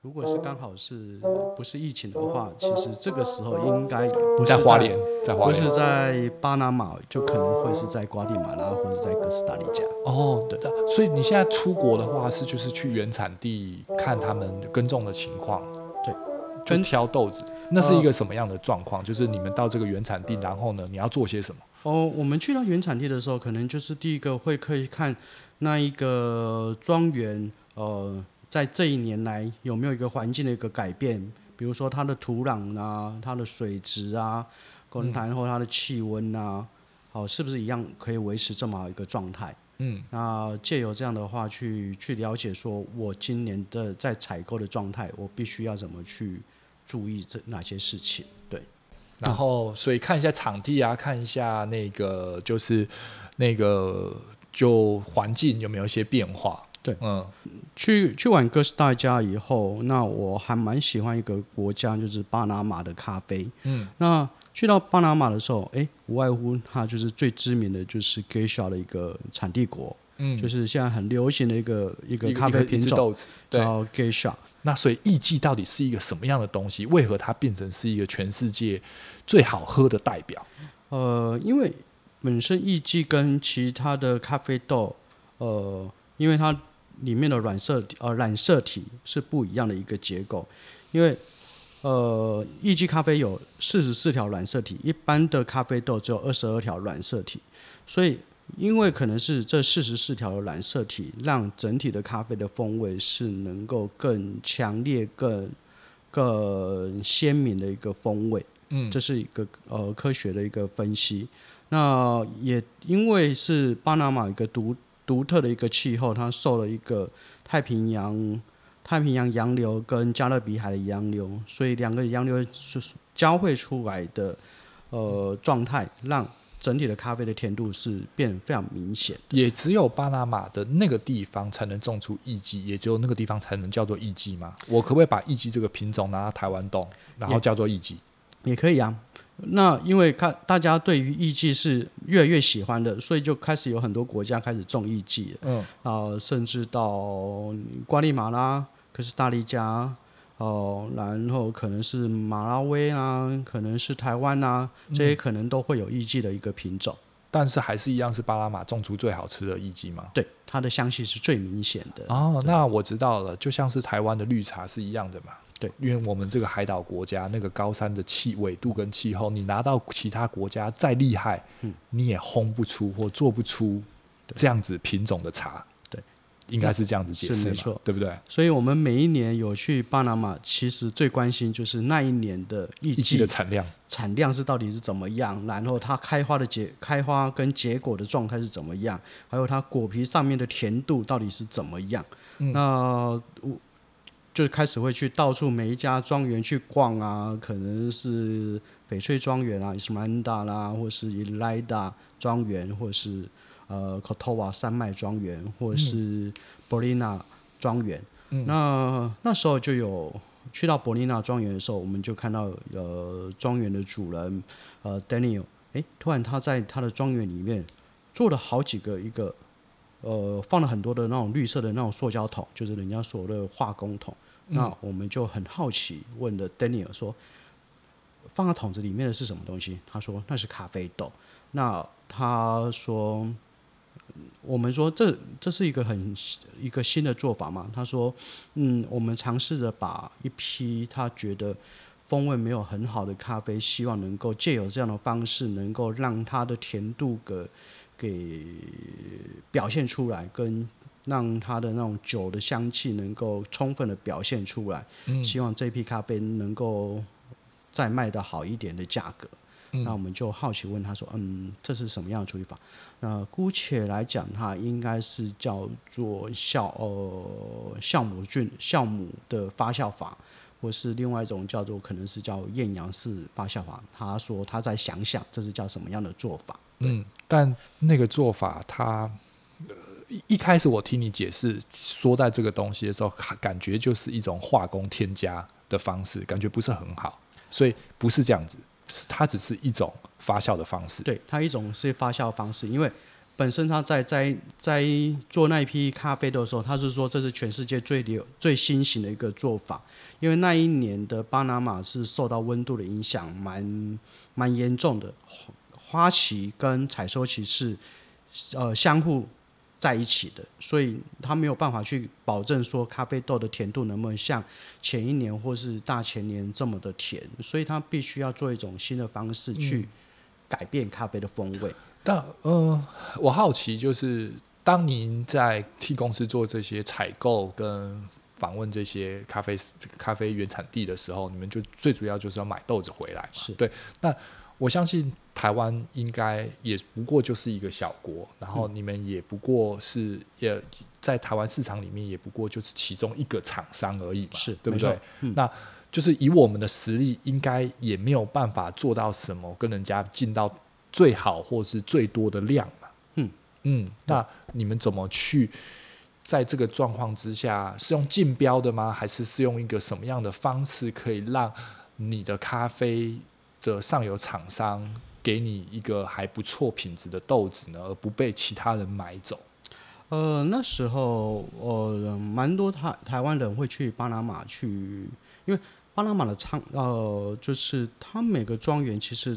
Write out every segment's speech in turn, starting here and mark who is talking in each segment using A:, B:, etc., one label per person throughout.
A: 如果是刚好是不是疫情的话，其实这个时候应该也不是
B: 在花莲，在花
A: 不
B: 莲
A: 是在巴拿马，就可能会是在瓜地马拉或者在哥斯达黎加。
B: 哦，对的。所以你现在出国的话，是就是去原产地看他们耕种的情况，
A: 对，呃
B: 就挑豆子。那是一个什么样的状况？就是你们到这个原产地，然后呢，你要做些什么？
A: 哦，我们去到原产地的时候，可能就是第一个会可以看那一个庄园，呃，在这一年来有没有一个环境的一个改变，比如说它的土壤啊、它的水质啊，跟然后它的气温啊，好、是不是一样可以维持这么好一个状态？
B: 嗯，
A: 那借由这样的话去去了解，说我今年的在采购的状态，我必须要怎么去注意这哪些事情？对。
B: 然后所以看一下场地啊，看一下那个就是那个就环境有没有一些变化。
A: 对，
B: 嗯，
A: 去去完哥斯达黎加以后，那我还蛮喜欢一个国家，就是巴拿马的咖啡。
B: 嗯，
A: 那去到巴拿马的时候，诶，无外乎它就是最知名的就是 Geisha 的一个产地国，
B: 嗯
A: 就是现在很流行的一个一个
B: 一
A: 咖啡
B: 一
A: 品
B: 只
A: 种
B: 豆子，对。
A: 叫 Geisha。
B: 那所以艺妓到底是一个什么样的东西？为何它变成是一个全世界最好喝的代表？
A: 呃，因为本身艺妓跟其他的咖啡豆，呃，因为它里面的染色体呃染色体是不一样的一个结构，因为呃艺妓咖啡有四十四条染色体，一般的咖啡豆只有二十二条染色体，所以。因为可能是这四十四条的染色体，让整体的咖啡的风味是能够更强烈、更更鲜明的一个风味。
B: 嗯
A: 这是一个呃科学的一个分析。那也因为是巴拿马一个独独特的一个气候，它受了一个太平洋太平洋洋流跟加勒比海的洋流，所以两个洋流是交汇出来的呃状态，让整体的咖啡的甜度是变得非常明显。
B: 也只有巴拿马的那个地方才能种出艺妓，也只有那个地方才能叫做艺妓吗？我可不可以把艺妓这个品种拿到台湾种，然后叫做艺妓？
A: 也可以啊。那因为看大家对于艺妓是越来越喜欢的，所以就开始有很多国家开始种艺妓了。
B: 嗯，
A: 啊，甚至到瓜地马拉、可是大利加，哦、然后可能是马拉维啊，可能是台湾啊，这些可能都会有艺妓的一个品种。
B: 但是还是一样是巴拿马种出最好吃的艺妓吗？
A: 对，它的香气是最明显的。
B: 哦，那我知道了，就像是台湾的绿茶是一样的嘛。
A: 对，
B: 因为我们这个海岛国家，那个高山的气纬度跟气候，你拿到其他国家再厉害，
A: 嗯
B: 你也烘不出或做不出这样子品种的茶。
A: 对，
B: 应该是这样子解
A: 是
B: 释
A: 没
B: 嘛，
A: 错
B: 对不对？
A: 所以我们每一年有去巴拿马，其实最关心就是那一年的艺
B: 一季
A: 妓
B: 的产量，
A: 产量是到底是怎么样，然后它开花的结开花跟结果的状态是怎么样，还有它果皮上面的甜度到底是怎么样。那我就开始会去到处每一家庄园去逛啊，可能是翡翠庄园啊、伊斯曼达啦，或是伊莱达庄园，或是呃 k o t o w a 山脉庄园，或是博利纳庄园。那那时候就有去到伯利纳庄园的时候，我们就看到呃庄园的主人呃 Daniel，诶，突然他在他的庄园里面做了好几个一个呃放了很多的那种绿色的那种塑胶桶，就是人家所谓的化工桶。那我们就很好奇问了 Daniel 说，放在桶子里面的是什么东西？他说那是咖啡豆。那他说。我们说这这是一个很一个新的做法嘛？他说，嗯，我们尝试着把一批他觉得风味没有很好的咖啡，希望能够借由这样的方式，能够让它的甜度给给表现出来，跟让它的那种酒的香气能够充分的表现出来。希望这批咖啡能够再卖的好一点的价格。那我们就好奇问他说：“嗯，这是什么样的处理法？”那姑且来讲，它应该是叫做酵呃酵母菌酵母的发酵法，或是另外一种叫做可能是叫厌氧式发酵法。他说他在想想这是叫什么样的做法。
B: 嗯，但那个做法它、呃一一开始我听你解释说在这个东西的时候，哈感觉就是一种化工添加的方式，感觉不是很好，所以不是这样子，是它只是一种发酵的方式。
A: 对，它一种是发酵方式，因为本身它在在在做那一批咖啡豆的时候，它是说这是全世界最流最新型的一个做法，因为那一年的巴拿马是受到温度的影响蛮蛮严重的，花花旗跟采收旗是呃相互。在一起的，所以它没有办法去保证说咖啡豆的甜度能不能像前一年或是大前年这么的甜，所以它必须要做一种新的方式去改变咖啡的风味。
B: 但呃，我好奇就是，当您在替公司做这些采购跟访问这些咖啡咖啡原产地的时候，你们就最主要就是要买豆子回来嘛？
A: 是
B: 对。那我相信台湾应该也不过就是一个小国，然后你们也不过是也在台湾市场里面也不过就是其中一个厂商而已嘛，
A: 是
B: 对不
A: 没错嗯
B: 对？那就是以我们的实力，应该也没有办法做到什么跟人家进到最好或是最多的量嘛。
A: 嗯
B: 嗯，那你们怎么去在这个状况之下，是用竞标的吗？还是是用一个什么样的方式可以让你的咖啡的上游厂商给你一个还不错品质的豆子呢，而不被其他人买走？
A: 呃，那时候呃，蛮多台台湾人会去巴拿马去，因为巴拿马的仓呃，就是它每个庄园其实，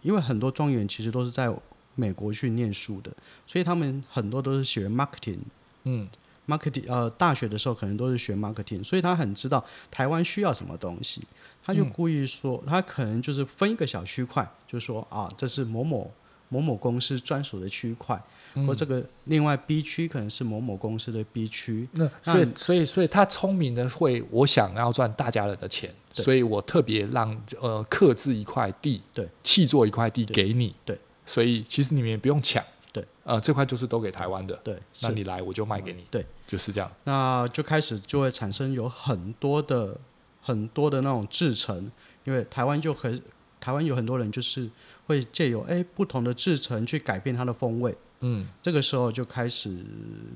A: 因为很多庄园其实都是在美国去念书的，所以他们很多都是学 marketing。
B: 嗯
A: marketing 呃大学的时候可能都是学 marketing，所以他很知道台湾需要什么东西，他就故意说、他可能就是分一个小区块，就说啊这是某某某某公司专属的区块，或这个另外 B 区可能是某某公司的 B 区，
B: 那所以所以所以他聪明的会，我想要赚大家人的钱，
A: 对
B: 所以我特别让呃克制一块地，
A: 对，
B: 弃作一块地给你，
A: 对，
B: 所以其实你们也不用抢，
A: 对，
B: 呃，这块就是都给台湾的，
A: 对，
B: 那
A: 是
B: 你来我就卖给你，
A: 对，
B: 就是这样，
A: 那就开始就会产生有很多的很多的那种制成，因为台湾就很台湾有很多人就是会借由哎不同的制成去改变它的风味。
B: 嗯
A: 这个时候就开始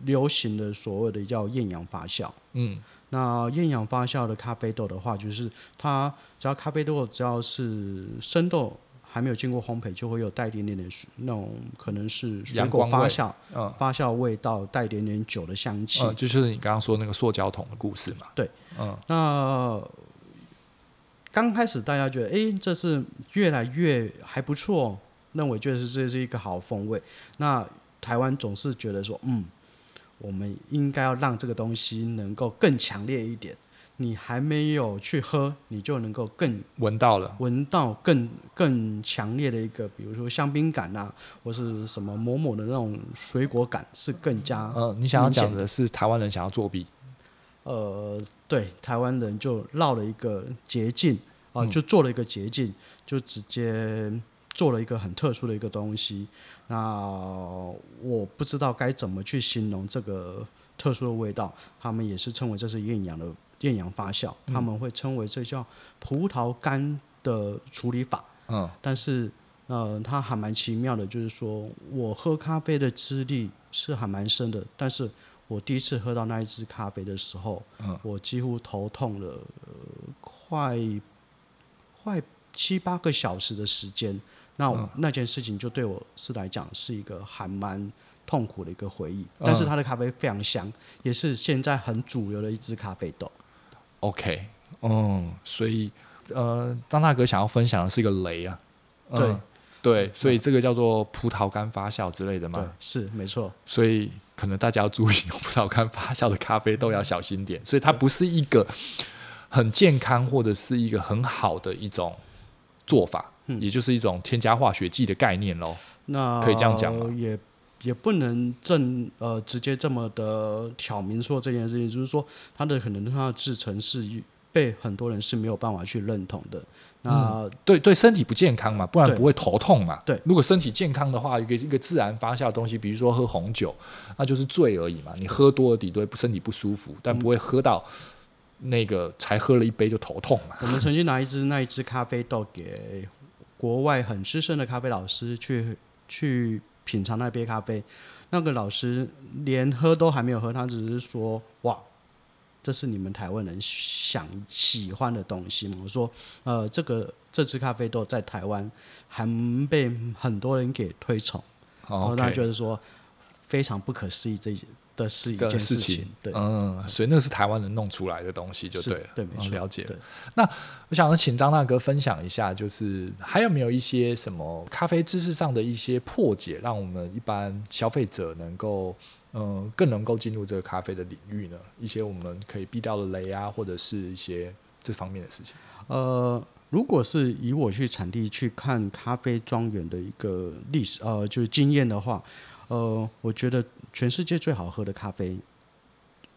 A: 流行的所谓的叫厌氧发酵。
B: 嗯
A: 那厌氧发酵的咖啡豆的话，就是它只要咖啡豆只要是生豆还没有经过烘焙，就会有带一点点的水那种可能是水
B: 阳
A: 果
B: 光
A: 发
B: 味
A: 酵
B: 嗯
A: 发酵味道，带一点点酒的香气。
B: 呃，就是你刚刚说那个塑胶桶的故事嘛，
A: 对，
B: 嗯
A: 那刚开始大家觉得，诶，这是越来越还不错哦，认为觉得这是一个好风味。那台湾总是觉得说，嗯，我们应该要让这个东西能够更强烈一点。你还没有去喝，你就能够更
B: 闻到了，
A: 闻到更更强烈的一个，比如说香槟感啊，或是什么某某的那种水果感，是更加
B: 呃，你想要
A: 明显
B: 讲的是台湾人想要作弊，
A: 呃，对，台湾人就绕了一个捷径啊、就做了一个捷径，就直接做了一个很特殊的一个东西。那我不知道该怎么去形容这个特殊的味道，他们也是称为这是艳阳的艳阳发酵，他们会称为这叫葡萄干的处理法。
B: 嗯
A: 但是呃，它还蛮奇妙的，就是说我喝咖啡的资历是还蛮深的，但是我第一次喝到那一支咖啡的时候，
B: 嗯
A: 我几乎头痛了、呃、快快七八个小时的时间。那我、那件事情就对我是来讲是一个还蛮痛苦的一个回忆，但是它的咖啡非常香，也是现在很主流的一支咖啡豆。
B: ，OK，嗯，所以呃，张大哥想要分享的是一个雷啊，嗯
A: 对
B: 对，所以这个叫做葡萄干发酵之类的嘛
A: 对，，是没错，
B: 所以可能大家要注意， 葡萄干发酵的咖啡豆要小心点。所以它不是一个很健康或者是一个很好的一种做法，也就是一种添加化学剂的概念喽。
A: 那
B: 可以这样讲吗
A: 也也不能正呃直接这么的挑明说这件事情，就是说它的可能它的制成是被很多人是没有办法去认同的。那、
B: 对对，身体不健康嘛，不然
A: 对
B: 不会头痛嘛。
A: 对
B: 如果身体健康的话，一个一个自然发酵的东西，比如说喝红酒，那就是醉而已嘛。你喝多了底对身体不舒服，但不会喝到那个才喝了一杯就头痛 嘛。
A: 我们曾经拿一支那一支咖啡豆给国外很资深的咖啡老师去去品尝那杯咖啡，那个老师连喝都还没有喝，他只是说：“哇，这是你们台湾人想喜欢的东西吗？”我说：“呃，这个这支咖啡豆在台湾还被很多人给推崇，然后
B: 哦，
A: 他觉得说非常不可思议这一的是一
B: 的
A: 件
B: 事
A: 情。对，
B: 嗯，所以那个是台湾人弄出来的东西，就是对了，
A: 对没
B: 嗯
A: 错
B: 了解
A: 对。
B: 那我想请张大哥分享一下，就是还有没有一些什么咖啡知识上的一些破解，让我们一般消费者能够，嗯，更能够进入这个咖啡的领域呢？一些我们可以避掉的雷啊，或者是一些这方面的事情。
A: 呃，如果是以我去产地去看咖啡庄园的一个历史，呃，就是经验的话，呃，我觉得全世界最好喝的咖啡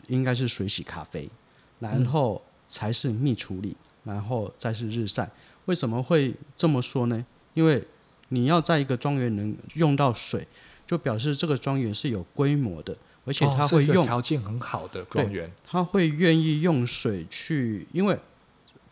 A: 应该是水洗咖啡，
B: 嗯
A: 然后才是蜜处理，然后再是日晒。为什么会这么说呢？因为你要在一个庄园能用到水，就表示这个庄园是有规模的，而且
B: 哦
A: 它
B: 是
A: 会
B: 一个
A: 用
B: 条件很好的庄园，
A: 他会愿意用水去，因为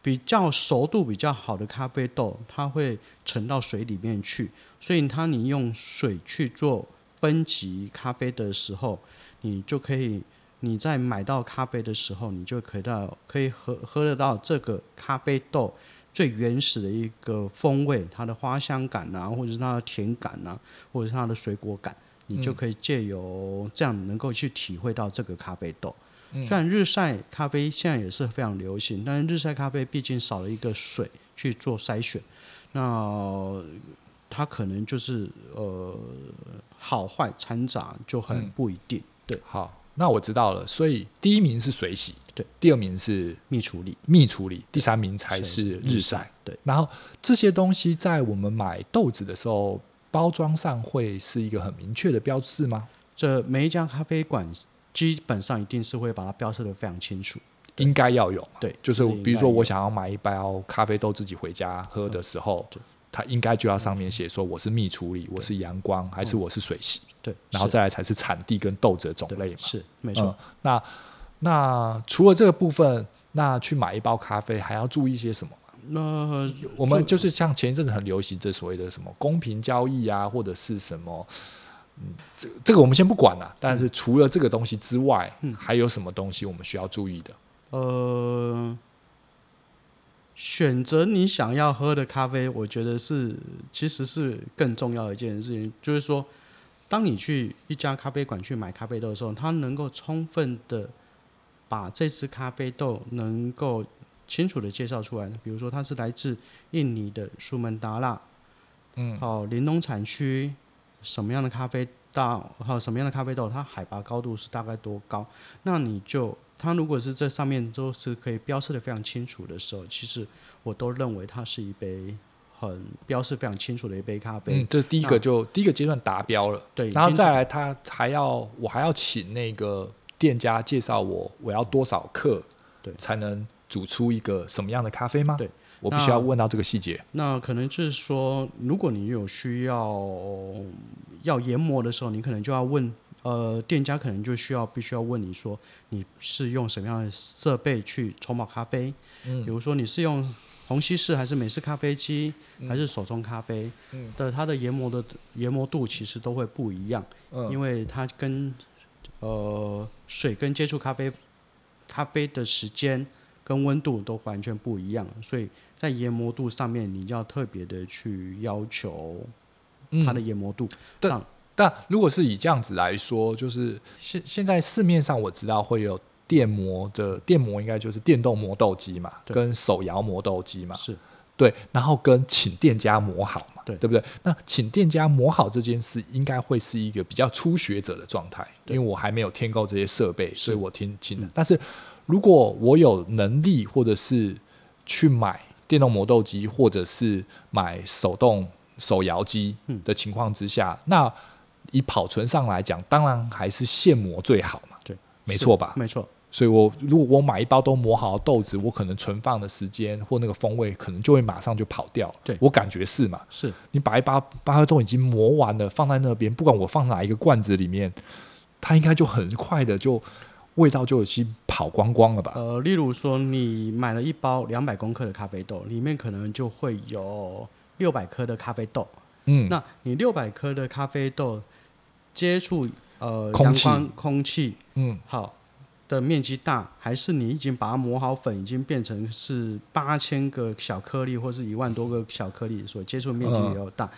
A: 比较熟度比较好的咖啡豆，它会沉到水里面去，所以它你用水去做分级咖啡的时候，你就可以，你在买到咖啡的时候，你就可以到可以喝喝得到这个咖啡豆最原始的一个风味，它的花香感啊，或者是它的甜感啊，或者是它的水果感，你就可以借由这样能够去体会到这个咖啡豆。
B: 嗯
A: 虽然日晒咖啡现在也是非常流行，但是日晒咖啡毕竟少了一个水去做筛选，那它可能就是呃好坏掺杂就
B: 嗯
A: 很不一定。对，
B: 好，那我知道了。所以第一名是水洗，
A: 对；
B: 第二名是
A: 蜜处理
B: 蜜处理，第三名才是日晒。
A: 对，
B: 然后这些东西在我们买豆子的时候，包装上会是一个很明确的标志吗？
A: 这每一家咖啡馆基本上一定是会把它标示的非常清楚。
B: 应该要有嘛，
A: 对，
B: 就是
A: 应该
B: 比如说
A: 有
B: 我想要买一包咖啡豆自己回家喝的时候，
A: 对
B: 它应该就要上面写说我是蜜处理，我是阳光，还是我是水洗，
A: 对，
B: 然后
A: 嗯是
B: 再来才是产地跟豆子的种类嘛。
A: 是没错。
B: 嗯那那除了这个部分，那去买一包咖啡还要注意些什么？
A: 那
B: 我们就是像前一阵子很流行这所谓的什么公平交易啊，或者是什么，嗯，这这个我们先不管了、但是除了这个东西之外，
A: 嗯
B: 还有什么东西我们需要注意的？
A: 呃，选择你想要喝的咖啡，我觉得是其实是更重要的一件事情，就是说，当你去一家咖啡馆去买咖啡豆的时候，它能够充分的把这支咖啡豆能够清楚的介绍出来，比如说它是来自印尼的苏门答腊，
B: 嗯，
A: 好，林东产区什么样的咖啡豆，还有什么样的咖啡豆，它海拔高度是大概多高？那你就它如果是这上面都是可以标示的非常清楚的时候，其实我都认为它是一杯很标示非常清楚的一杯咖啡。
B: 嗯，这第一个就第一个阶段达标了，
A: 对，
B: 然后
A: 清楚
B: 再来他还要我还要请那个店家介绍我我要多少克，
A: 对
B: 才能煮出一个什么样的咖啡吗？
A: 对，
B: 我必须
A: 那
B: 要问到这个细节。
A: 那可能就是说，如果你有需要呃要研磨的时候，你可能就要问，呃，店家可能就需要必须要问你说，你是用什么样的设备去冲泡咖啡？
B: 嗯
A: 比如说你是用虹吸式还是美式咖啡机，还是手冲咖啡？
B: 嗯
A: 的它的研磨的研磨度其实都会不一样，
B: 嗯
A: 因为它跟呃水跟接触咖啡咖啡的时间跟温度都完全不一样，所以在研磨度上面你要特别的去要求它的研磨度。
B: 对
A: 这样
B: 但如果是以这样子来说，就是现现在市面上我知道会有电磨的，电磨应该就是电动磨豆机嘛，
A: 对
B: 跟手摇磨豆机嘛，
A: 是
B: 对，然后跟请店家磨好嘛，
A: 对
B: 对不对？那请店家磨好这件事，应该会是一个比较初学者的状态，因
A: 对嗯
B: 为我还没有添购这些设备，所以我听请。但是如果我有能力，或者是去买电动磨豆机，或者是买手动手摇机
A: 嗯
B: 的情况之下，那以跑存上来讲，当然还是现磨最好嘛，
A: 对，
B: 没
A: 是
B: 错吧？
A: 没错，
B: 所以我如果我买一包都磨好的豆子，我可能存放的时间或那个风味可能就会马上就跑掉了。
A: 对
B: 我感觉是嘛？
A: 是
B: 你把一包八颗豆已经磨完了，放在那边，不管我放哪一个罐子里面，它应该就很快的就味道就已经跑光光了吧？
A: 呃，例如说你买了一包两百公克的咖啡豆，里面可能就会有六百颗的咖啡豆。
B: 嗯，
A: 那你六百颗的咖啡豆接触呃
B: 空
A: 阳
B: 气
A: 光、空气
B: 嗯，
A: 好的面积大，还是你已经把它磨好粉，已经变成是八千个小颗粒或是一万多个小颗粒，所接触面积也要大，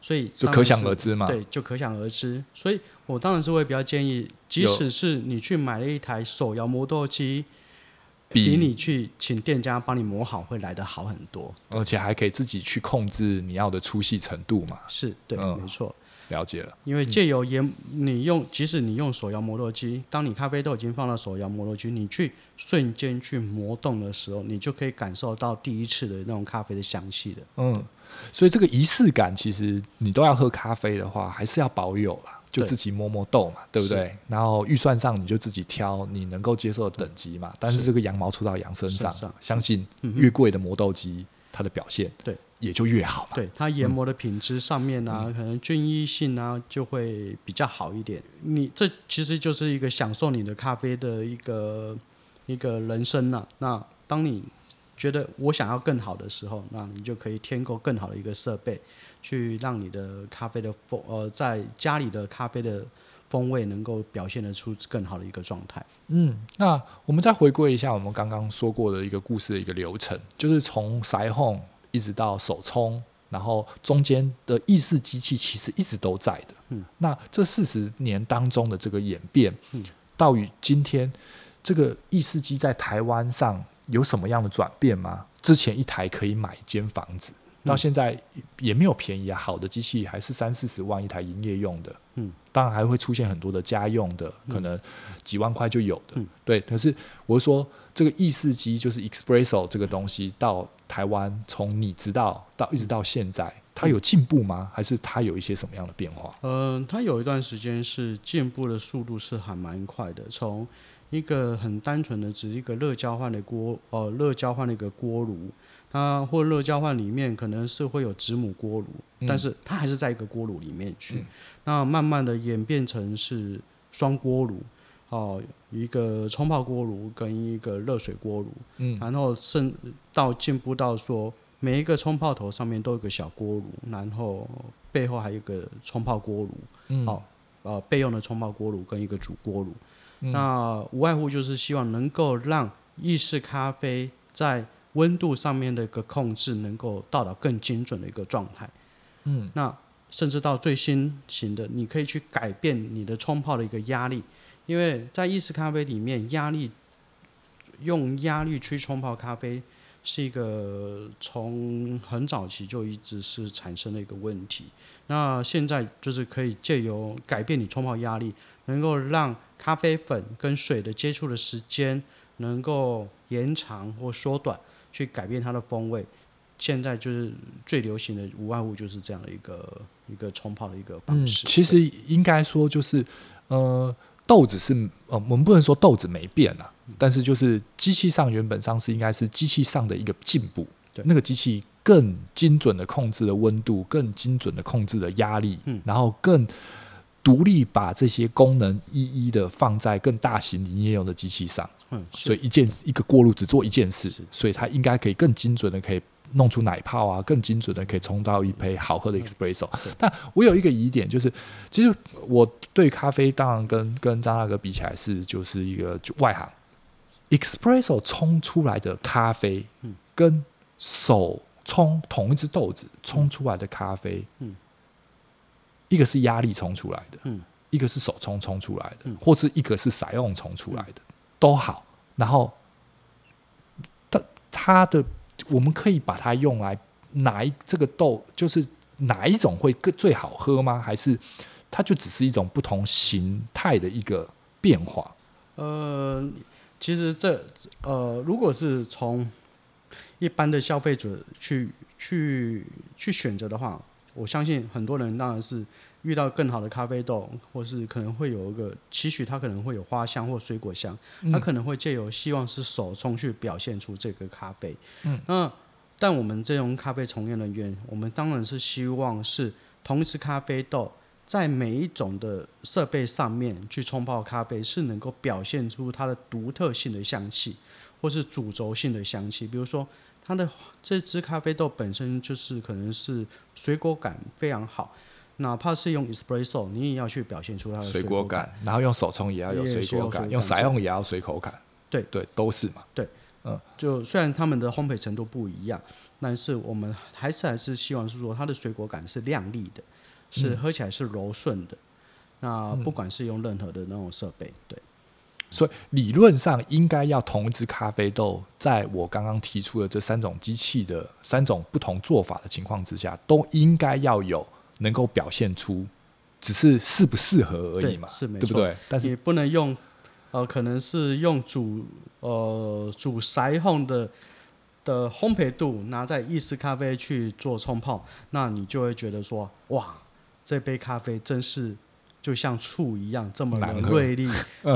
A: 所以
B: 嗯就
A: 当
B: 可
A: 然
B: 想
A: 是
B: 而知嘛。
A: 对，就可想而知。所以我当然是会比较建议，即
B: 有
A: 使是你去买了一台手摇磨豆机，
B: 比
A: 比你去请店家帮你磨好会来得好很多。
B: 而且还可以自己去控制你要的粗细程度嘛。
A: 是对，
B: 嗯
A: 没错。
B: 了解了，
A: 因为借由研，你用即使你用手摇磨豆机，当你咖啡豆已经放到手摇磨豆机，你去瞬间去磨动的时候，你就可以感受到第一次的那种咖啡的香气了。
B: 嗯，所以这个仪式感，其实你都要喝咖啡的话，还是要保有啦，就
A: 对
B: 自己磨磨豆嘛，对不对？然后预算上你就自己挑你能够接受的等级嘛。但是这个羊毛出到羊身上，
A: 身上嗯
B: 相信越贵的磨豆机，它的表现
A: 对
B: 也就越好嘛。
A: 对它研磨的品质上面呢、可能均一性啊就会比较好一点。你这其实就是一个享受你的咖啡的一个一个人生呐、啊那当你觉得我想要更好的时候，那你就可以添购更好的一个设备，去让你的咖啡的风呃在家里的咖啡的风味能够表现得出更好的一个状态。
B: 嗯，那我们再回归一下我们刚刚说过的一个故事的一个流程，就是从腮红一直到手冲，然后中间的意式机器其实一直都在的。嗯，那这四十年当中的这个演变，嗯，到与今天这个意式机在台湾上有什么样的转变吗？之前一台可以买一间房子，到现在也没有便宜啊，好的机器还是三四十万一台营业用的。
A: 嗯，
B: 当然还会出现很多的家用的，可能几万块就有的。对，可是我是说这个意式机就是 espresso 这个东西到台湾，从你知道到一直到现在，它有进步吗？还是它有一些什么样的变化？
A: 嗯，它有一段时间是进步的速度是还蛮快的，从一个很单纯的只是一个热交换的锅，呃，热交换的一个锅炉，它或热交换里面可能是会有子母锅炉，但是它还是在一个锅炉里面去，那慢慢的演变成是双锅炉，哦、一个冲泡锅炉跟一个热水锅炉，
B: 嗯
A: 然后甚到进步到说，每一个冲泡头上面都有个小锅炉，然后背后还有一个冲泡锅炉，
B: 嗯
A: 好呃，备用的冲泡锅炉跟一个煮锅炉。
B: 嗯
A: 那无外乎就是希望能够让意式咖啡在温度上面的一个控制能够到达更精准的一个状态。
B: 嗯
A: 那甚至到最新型的，你可以去改变你的冲泡的一个压力，因为在意式咖啡里面，压力用压力去冲泡咖啡是一个从很早期就一直是产生的一个问题。那现在就是可以借由改变你冲泡压力，能够让咖啡粉跟水的接触的时间能够延长或缩短，去改变它的风味。现在就是最流行的无外乎就是这样的一个一个冲泡的一个
B: 嗯，
A: 方式。
B: 其实应该说就是呃，豆子是呃，我们不能说豆子没变啊，
A: 嗯
B: 但是就是机器上原本上是应该是机器上的一个进步，
A: 对
B: 那个机器更精准的控制了温度，更精准的控制了压力，
A: 嗯
B: 然后更独立把这些功能一一的放在更大型营业用的机器上，
A: 对嗯，是
B: 所以一件一个过路只做一件事
A: 是，
B: 所以它应该可以更精准的可以弄出奶泡啊，更精准的可以冲到一杯好
A: 嗯
B: 喝的 espresso。但我有一个疑点，就是其实我对咖啡当然跟跟张大哥比起来是就是一个就外行，espresso 冲出来的咖啡，
A: 嗯
B: 跟手冲同一只豆子冲出来的咖啡，
A: 嗯
B: 一个是压力冲出来的，
A: 嗯
B: 一个是手冲冲出来的，
A: 嗯
B: 或是一个是散用冲出来的，都好。然后，它它的我们可以把它用来哪一这个豆，就是哪一种会更最好喝吗？还是它就只是一种不同形态的一个变化？
A: 呃，其实这呃，如果是从一般的消费者去去去选择的话，我相信很多人当然是遇到更好的咖啡豆，或是可能会有一个期许，它可能会有花香或水果香，它可能会借由希望是手冲去表现出这个咖啡。
B: 嗯，
A: 那但我们这种咖啡从业人员，我们当然是希望是同一次咖啡豆。在每一种的设备上面去冲泡咖啡，是能够表现出它的独特性的香气，或是主轴性的香气。比如说，它的这支咖啡豆本身就是可能是水果感非常好，哪怕是用 espresso，你也要去表现出它的
B: 水
A: 果
B: 果感，然后用手冲也要有
A: 也
B: 水
A: 是有
B: 果
A: 水
B: 感，
A: 果
B: 用
A: 感
B: 散用也要水口感，
A: 对
B: 对，都是嘛。
A: 就虽然他们的烘焙程度不一样，但是我们还是还是希望是说它的水果感是亮丽的，
B: 嗯
A: 是喝起来是柔顺的。那不管是用任何的那种设备，对，
B: 所以理论上应该要同一只咖啡豆，在我刚刚提出的这三种机器的三种不同做法的情况之下，都应该要有能够表现出，只是适不适合而已嘛，
A: 对是没
B: 对不
A: 错
B: 对？但是
A: 也不能用，呃，可能是用主呃主筛烘的的烘焙度拿在意式咖啡去做冲泡，那你就会觉得说，哇，这杯咖啡真是就像醋一样这么的
B: 难喝
A: 锐 利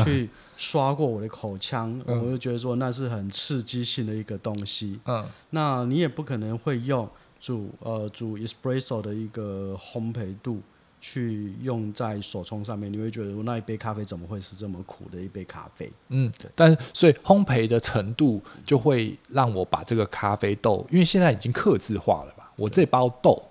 A: 去刷过我的口腔，
B: 嗯
A: 我就觉得说那是很刺激性的一个东西。
B: 嗯，
A: 那你也不可能会用煮呃煮 espresso 的一个烘焙度去用在手冲上面，你会觉得那一杯咖啡怎么会是这么苦的一杯咖啡？
B: 嗯，但是所以烘焙的程度就会让我把这个咖啡豆，因为现在已经克制化了吧，我这包豆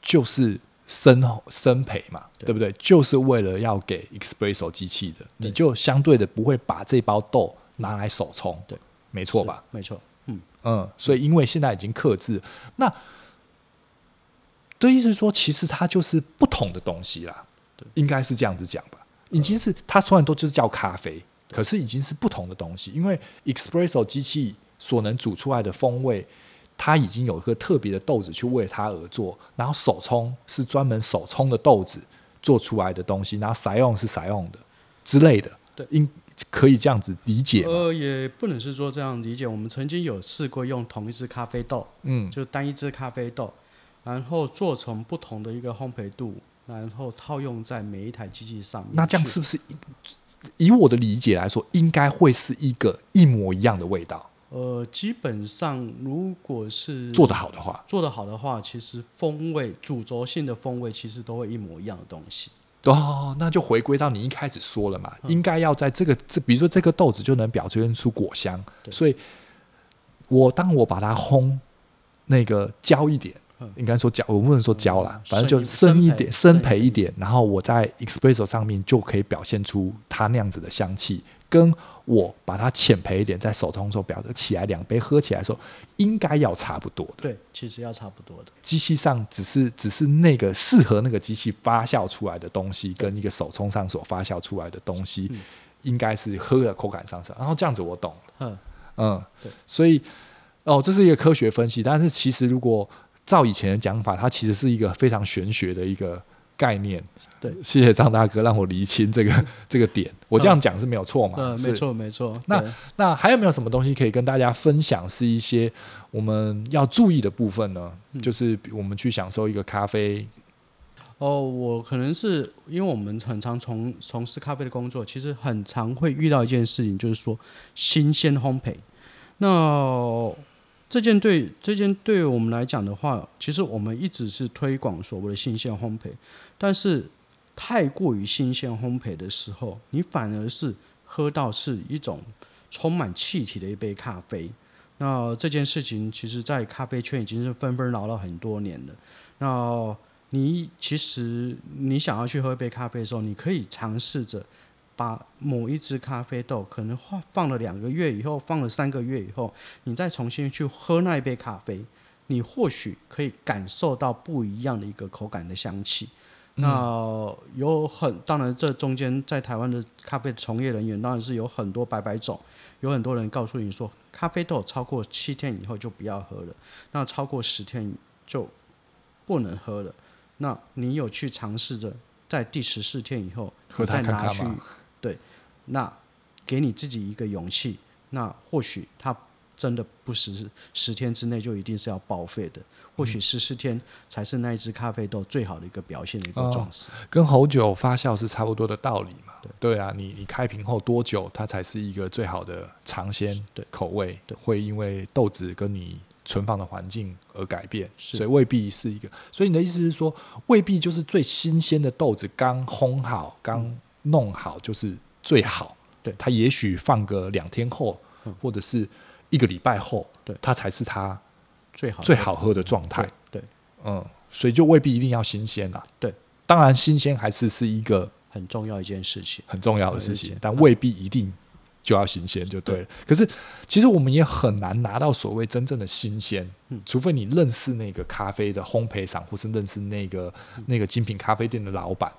B: 就是生烘生焙嘛，对不对？就是为了要给 espresso 机器的，你就相对的不会把这包豆拿来手冲，
A: 对，
B: 没错吧？
A: 是？没错，嗯，
B: 嗯，所以因为现在已经克制，那的意思是说，其实它就是不同的东西啦，应该是这样子讲吧。
A: 嗯
B: 已经是它虽然都就是叫咖啡，可是已经是不同的东西，因为 espresso 机器所能煮出来的风味，它已经有一个特别的豆子去为它而做，然后手冲是专门手冲的豆子做出来的东西，然后 s i o n 是 s i o n 的之类的，
A: 对
B: 应可以这样子理解吗？
A: 呃，也不能是说这样理解。我们曾经有试过用同一只咖啡豆，
B: 嗯
A: 就单一只咖啡豆，然后做成不同的一个烘焙度，然后套用在每一台机器上面去。
B: 那这样是不是以我的理解来说，应该会是一个一模一样的味道？
A: 呃，基本上如果是
B: 做得好的话，
A: 做得好的话，其实风味主轴性的风味其实都会一模一样的东西。
B: 哦，那就回归到你一开始说了嘛，
A: 嗯
B: 应该要在这个这，比如说这个豆子就能表现出果香，
A: 对
B: 所以我当我把它烘那个焦一点。
A: 嗯
B: 应该说焦，我不能说焦啦
A: 嗯，
B: 反正就
A: 深
B: 深一
A: 一点
B: 点，
A: 深
B: 深
A: 焙
B: 焙一点，然后我在 espresso 上面就可以表现出它那样子的香气，跟我把它浅焙一点，在手冲的时候表现起来，两杯喝起来的时候应该要差不多的。
A: 对，其实要差不多的。
B: 机器上只是只是那个适合那个机器发酵出来的东西，跟一个手冲上所发酵出来的东西，
A: 嗯
B: 应该是喝的口感上是。然后这样子我懂了，
A: 嗯，
B: 嗯
A: 对，
B: 所以哦，这是一个科学分析，但是其实如果照以前的讲法，它其实是一个非常玄学的一个概念。
A: 对
B: 谢谢张大哥让我厘清这 个这个点，我这样讲是没有错嘛？
A: 呃，
B: 是
A: 没错没错。
B: 那
A: 对
B: 那还有没有什么东西可以跟大家分享？是一些我们要注意的部分呢？就是我们去享受一个咖啡，
A: 哦，我可能是因为我们很常从从事咖啡的工作，其实很常会遇到一件事情，就是说新鲜烘焙。那这件对这件对我们来讲的话，其实我们一直是推广所谓的新鲜烘焙，但是太过于新鲜烘焙的时候，你反而是喝到是一种充满气体的一杯咖啡。那这件事情，其实，在咖啡圈已经是纷纷扰扰很多年了。那你其实你想要去喝一杯咖啡的时候，你可以尝试着把某一支咖啡豆，可能放放了两个月以后，放了三个月以后，你再重新去喝那一杯咖啡，你或许可以感受到不一样的一个口感的香气。那有很当然，这中间在台湾的咖啡从业人员当然是有很多百百种，有很多人告诉你说，咖啡豆超过七天以后就不要喝了，那超过十天就不能喝了。那你有去尝试着在第十四天以后，
B: 喝
A: 你
B: 它
A: 再
B: 看
A: 拿
B: 看
A: 去
B: 嘛
A: 对，那给你自己一个勇气，那或许它真的不是十天之内就一定是要报废的，或
B: 嗯
A: 许十四天才是那一只咖啡豆最好的一个表现的一个
B: 哦
A: 状态。
B: 跟红酒发酵是差不多的道理嘛？对啊，你你开瓶后多久，它才是一个最好的尝鲜
A: 对
B: 口味
A: 对，
B: 会因为豆子跟你存放的环境而改变，
A: 是
B: 所以未必是一个。所以你的意思是说，未必就是最新鲜的豆子刚烘好、刚弄好就是最好。
A: 嗯对嗯
B: 它也许放个两天后，或者是一个礼拜后，
A: 对
B: 它才是它
A: 最好的
B: 最好喝的状态
A: 对。对
B: 嗯，所以就未必一定要新鲜啦。
A: 对，
B: 当然，新鲜还是是一个
A: 很重要一件事情。
B: 很重要的事情
A: 对，
B: 但未必一定就要新鲜就对了。可是其实我们也很难拿到所谓真正的新鲜，除非你认识那个咖啡的烘焙厂，或是认识那个那个精品咖啡店的老板。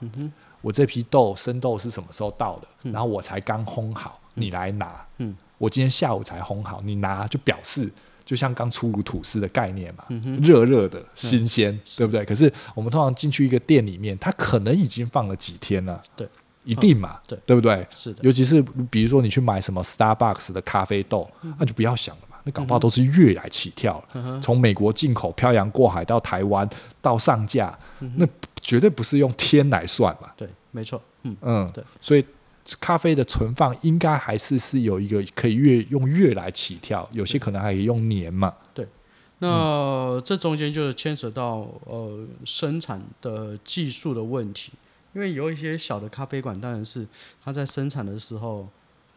B: 我这批豆生豆是什么时候到的？然后我才刚烘好，你来拿。
A: 嗯
B: 我今天下午才烘好，你拿就表示。就像刚出炉吐司的概念嘛，热热的新鲜，对不对？可是我们通常进去一个店里面，它可能已经放了几天了，
A: 对，
B: 一定嘛，
A: 嗯对
B: 不对？
A: 是的，
B: 尤其是比如说你去买什么 Starbucks 的咖啡豆，
A: 嗯
B: 那就不要想了嘛，那搞不好都是越来起跳了，从美国进口漂洋过海到台湾到上架，
A: 嗯
B: 那绝对不是用天来算嘛，
A: 对，没错，嗯，
B: 嗯，
A: 对，
B: 所以。咖啡的存放应该还是是有一个可以月用月来起跳，有些可能还可以用年嘛。
A: 那、这中间就是牵扯到呃生产的技术的问题，因为有一些小的咖啡馆，当然是它在生产的时候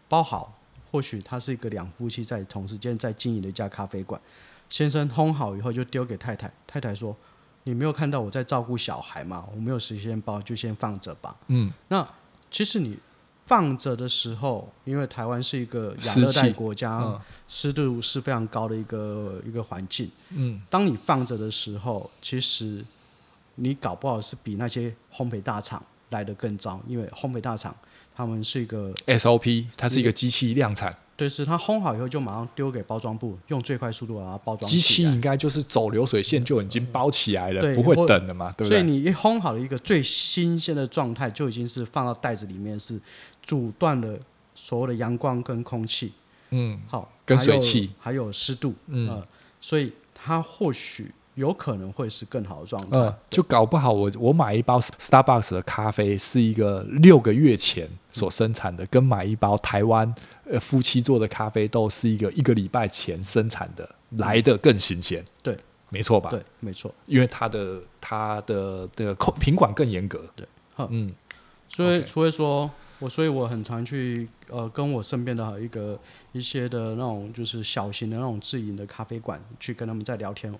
A: 包好，或许它是一个两夫妻在同时间在经营的一家咖啡馆，先生烘好以后就丢给太太，太太说：“你没有看到我在照顾小孩嘛，我没有时间包，就先放着吧。”
B: 嗯，
A: 那其实你放着的时候，因为台湾是一个亚
B: 湿
A: 热带
B: 气
A: 国家，
B: 嗯
A: 湿度是非常高的一个一个环境。
B: 嗯，
A: 当你放着的时候，其实你搞不好是比那些烘焙大厂来的更糟，因为烘焙大厂他们是一
B: 呃
A: 个，
B: SOP 它是一个机器量产，
A: 对，是它烘好以后就马上丢给包装部，用最快速度把它包装
B: 机器
A: 起来。
B: 应该就是走流水线就已经包起来了，
A: 对
B: 不会
A: 或
B: 等的嘛，对不
A: 所以
B: 对？
A: 你一烘好的一个最新鲜的状态，就已经是放到袋子里面，是阻断了所有的阳光跟空气，
B: 嗯，
A: 好，
B: 跟
A: 还有
B: 水汽
A: 还有湿度，
B: 嗯
A: 呃所以它或许有可能会是更好的状态。
B: 嗯，就搞不好我我买一包 Starbucks 的咖啡是一个六个月前
A: 嗯
B: 所生产的，跟买一包台湾呃夫妻做的咖啡豆是一个一个礼拜前生产的，来的更新鲜，
A: 对
B: 没错吧？
A: 嗯对，没错。
B: 因为它的它的的控品管更严格，
A: 对好
B: 嗯
A: 所以
B: OK
A: 除非说我，所以我很常去呃跟我身边的一个一些的那种就是小型的那种自营的咖啡馆去跟他们在聊天。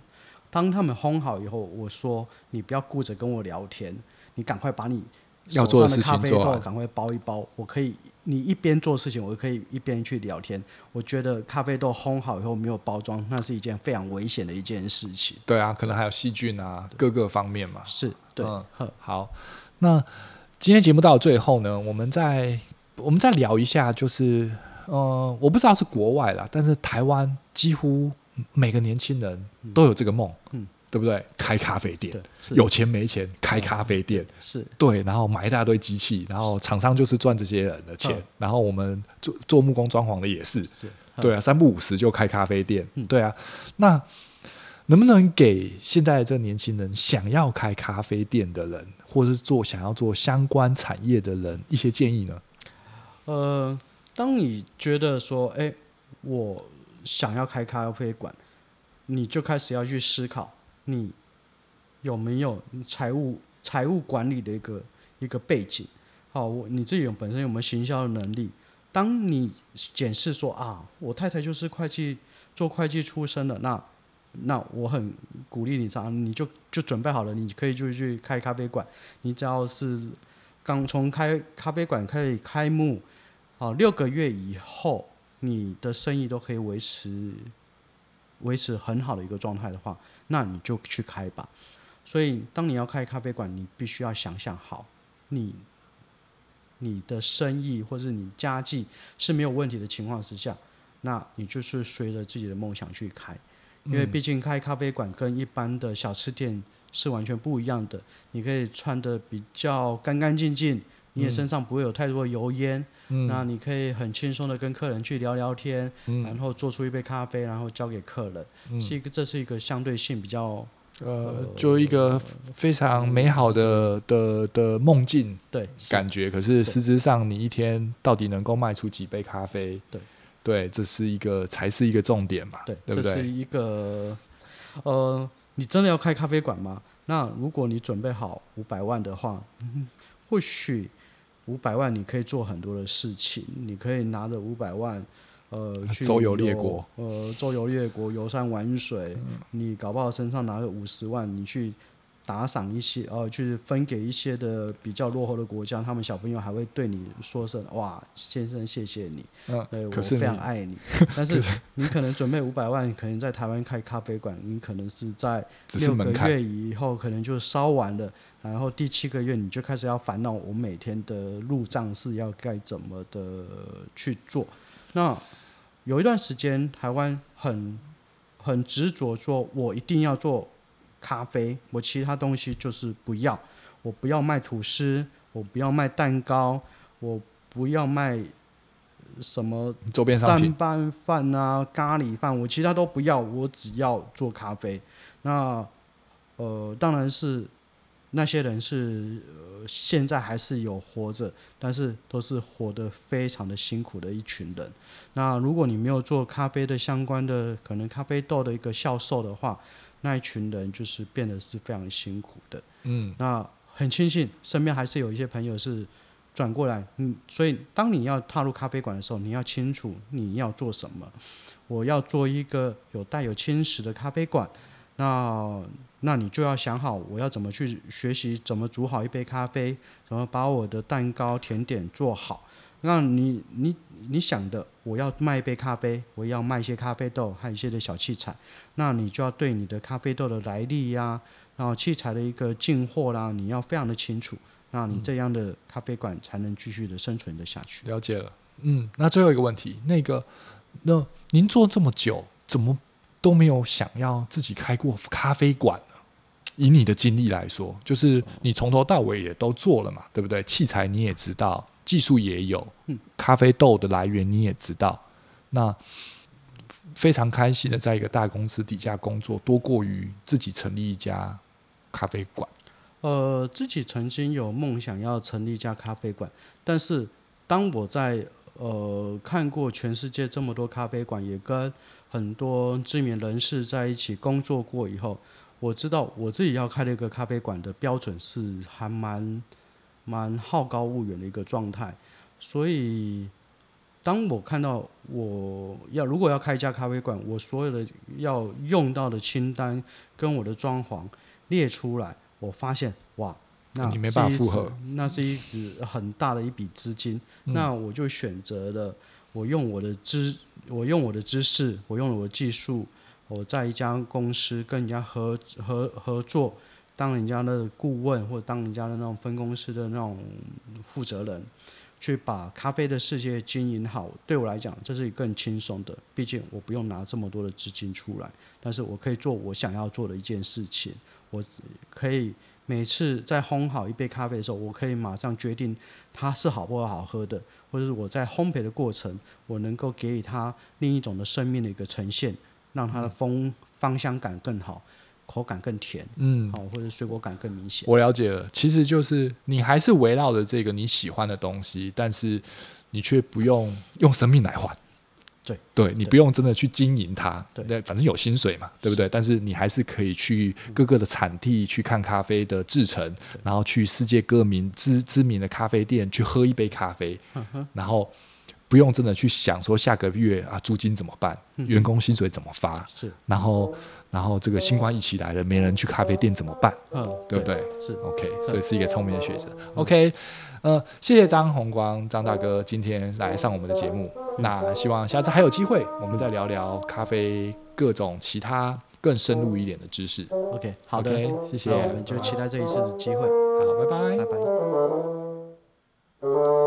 A: 当他们烘好以后，我说你不要顾着跟我聊天，你赶快把你
B: 要
A: 手
B: 做的
A: 上
B: 事
A: 的
B: 情
A: 咖啡
B: 做啊
A: 豆
B: 完
A: 赶快包一包。我可以，你一边做事情，我可以一边去聊天。我觉得咖啡豆烘好以后没有包装，那是一件非常危险的一件事情。
B: 对啊，可能还有细菌啊，各个方面嘛，
A: 是对，
B: 嗯
A: 呵
B: 好，那今天节目到最后呢，我们再我们再聊一下，就是呃，我不知道是国外啦，但是台湾几乎每个年轻人都有这个梦，
A: 嗯
B: 对不对？开咖啡店
A: 对，是嗯
B: 有钱没钱开咖啡店。
A: 是
B: 对，然后买一大堆机器，然后厂商就是赚这些人的钱，
A: 嗯
B: 然后我们做做木工装潢的也是，
A: 是，呵
B: 对啊，三不五十就开咖啡店，对啊。那能不能给现在的这年轻人想要开咖啡店的人，或者是做想要做相关产业的人一些建议呢？
A: 呃，当你觉得说，哎、我想要开咖啡馆，你就开始要去思考，你有没有财务财务管理的一个一个背景？好，啊我你自己有本身有没有行销的能力？当你检视说啊，我太太就是会计，做会计出身的，那那我很鼓励你这样，你就就准备好了，你可以就去开咖啡馆，你只要是刚从开咖啡馆开始开幕，啊，六个月以后，你的生意都可以维持维持很好的一个状态的话，那你就去开吧。所以，当你要开咖啡馆，你必须要想想好，你你的生意或是你家计是没有问题的情况之下，那你就是随着自己的梦想去开，因为毕竟开咖啡馆跟一般的小吃店是完全不一样的。你可以穿的比较干干净净，你也身上不会有太多的油烟，那你可以很轻松的跟客人去聊聊天，然后做出一杯咖啡，然后交给客人，是一个这是一个相对性比较
B: 呃，就一个非常美好的的的梦境
A: 对
B: 嗯感觉，可是实质上你一天到底能够卖出几杯咖啡？
A: 对，
B: 对，这是一个才是一个重点嘛，
A: 对，
B: 对不
A: 这是
B: 对？
A: 一个呃，你真的要开咖啡馆吗？那如果你准备好五百万的话，嗯或许五百万你可以做很多的事情，你可以拿着五百万。呃，去
B: 啊周游列国，
A: 呃，周游列国，游山玩水，你搞不好身上拿个五十万，你去打赏一些，呃，去分给一些的比较落后的国家，他们小朋友还会对你说声“哇，先生，谢谢你，对
B: 嗯，
A: 我
B: 可是
A: 非
B: 你
A: 常爱 你”。但是你可能准备五百万，可能在台湾开咖啡馆，你可能是在
B: 只是
A: 六个
B: 门槛，
A: 月以后可能就烧完了，然后第七个月你就开始要烦恼，我每天的入账是要该怎么的去做。那有一段时间，台湾很很执着，说我一定要做咖啡，我其他东西就是不要，我不要卖吐司，我不要卖蛋糕，我不要卖什么
B: 周边商
A: 蛋
B: 品，
A: 拌饭啊、咖喱饭，我其他都不要，我只要做咖啡。那呃，当然是那些人是呃现在还是有活着，但是都是活得非常的辛苦的一群人。那如果你没有做咖啡的相关的，可能咖啡豆的一个销售的话，那一群人就是变得是非常辛苦的。
B: 嗯，
A: 那很庆幸身边还是有一些朋友是转过来，嗯，所以当你要踏入咖啡馆的时候，你要清楚你要做什么。我要做一个有带有侵蚀的咖啡馆，那那你就要想好我要怎么去学习怎么煮好一杯咖啡，怎么把我的蛋糕甜点做好。那你你你想的，我要卖一杯咖啡，我要卖一些咖啡豆，还有一些的小器材，那你就要对你的咖啡豆的来历呀、然后器材的一个进货啦，你要非常的清楚，那你这样的咖啡馆才能继续的生存的下去。
B: 了解了，嗯，那最后一个问题，那个，那您做这么久，怎么都没有想要自己开过咖啡馆呢？以你的经历来说，就是你从头到尾也都做了嘛，对不对？器材你也知道，技术也有，咖啡豆的来源你也知道，那非常开心的在一个大公司底下工作，多过于自己成立一家咖啡馆。
A: 呃，自己曾经有梦想要成立一家咖啡馆，但是当我在呃看过全世界这么多咖啡馆，也跟很多知名人士在一起工作过以后，我知道我自己要开的一个咖啡馆的标准是还蛮蛮好高骛远的一个状态，所以。当我看到我要如果要开一家咖啡馆，我所有的要用到的清单跟我的装潢列出来，我发现哇，那
B: 你没办法
A: 是一
B: 负荷
A: 支，那是一笔很大的一笔资金，
B: 嗯
A: 那我就选择了我用我的知，我用我的知识，我用了我的技术，我在一家公司跟人家合合合作，当人家的顾问或者当人家的那种分公司的那种负责人。去把咖啡的世界经营好，对我来讲这是更轻松的，毕竟我不用拿这么多的资金出来，但是我可以做我想要做的一件事情，我只可以每次在烘好一杯咖啡的时候，我可以马上决定它是好不好喝的，或者是我在烘焙的过程，我能够给予它另一种的生命的一个呈现，让它的风芳香感更好，口感更甜，
B: 嗯，
A: 好、或者水果感更明显。
B: 我了解了，其实就是你还是围绕着这个你喜欢的东西，但是你却不用用生命来换。
A: 对，
B: 对你
A: 对
B: 不用真的去经营它，
A: 对
B: 反正有薪水嘛，对不对？但是你还是可以去
A: 嗯
B: 各个的产地去看咖啡的制成，然后去世界各名知知名的咖啡店去喝一杯咖啡，
A: 嗯
B: 然后不用真的去想说下个月啊租金怎么办，
A: 嗯
B: 员工薪水怎么发，
A: 是，
B: 然后然后这个新冠疫情来了，没人去咖啡店怎么办？
A: 嗯，
B: 对不对？
A: 是。
B: OK，所以是一个聪明的学者。OK，呃，谢谢张宏光张大哥今天来上我们的节目。那希望下次还有机会，我们再聊聊咖啡各种其他更深入一点的知识。
A: OK，好的
B: OK，谢谢
A: 那我们就期待这一次的机会，
B: 好，拜拜
A: 拜拜。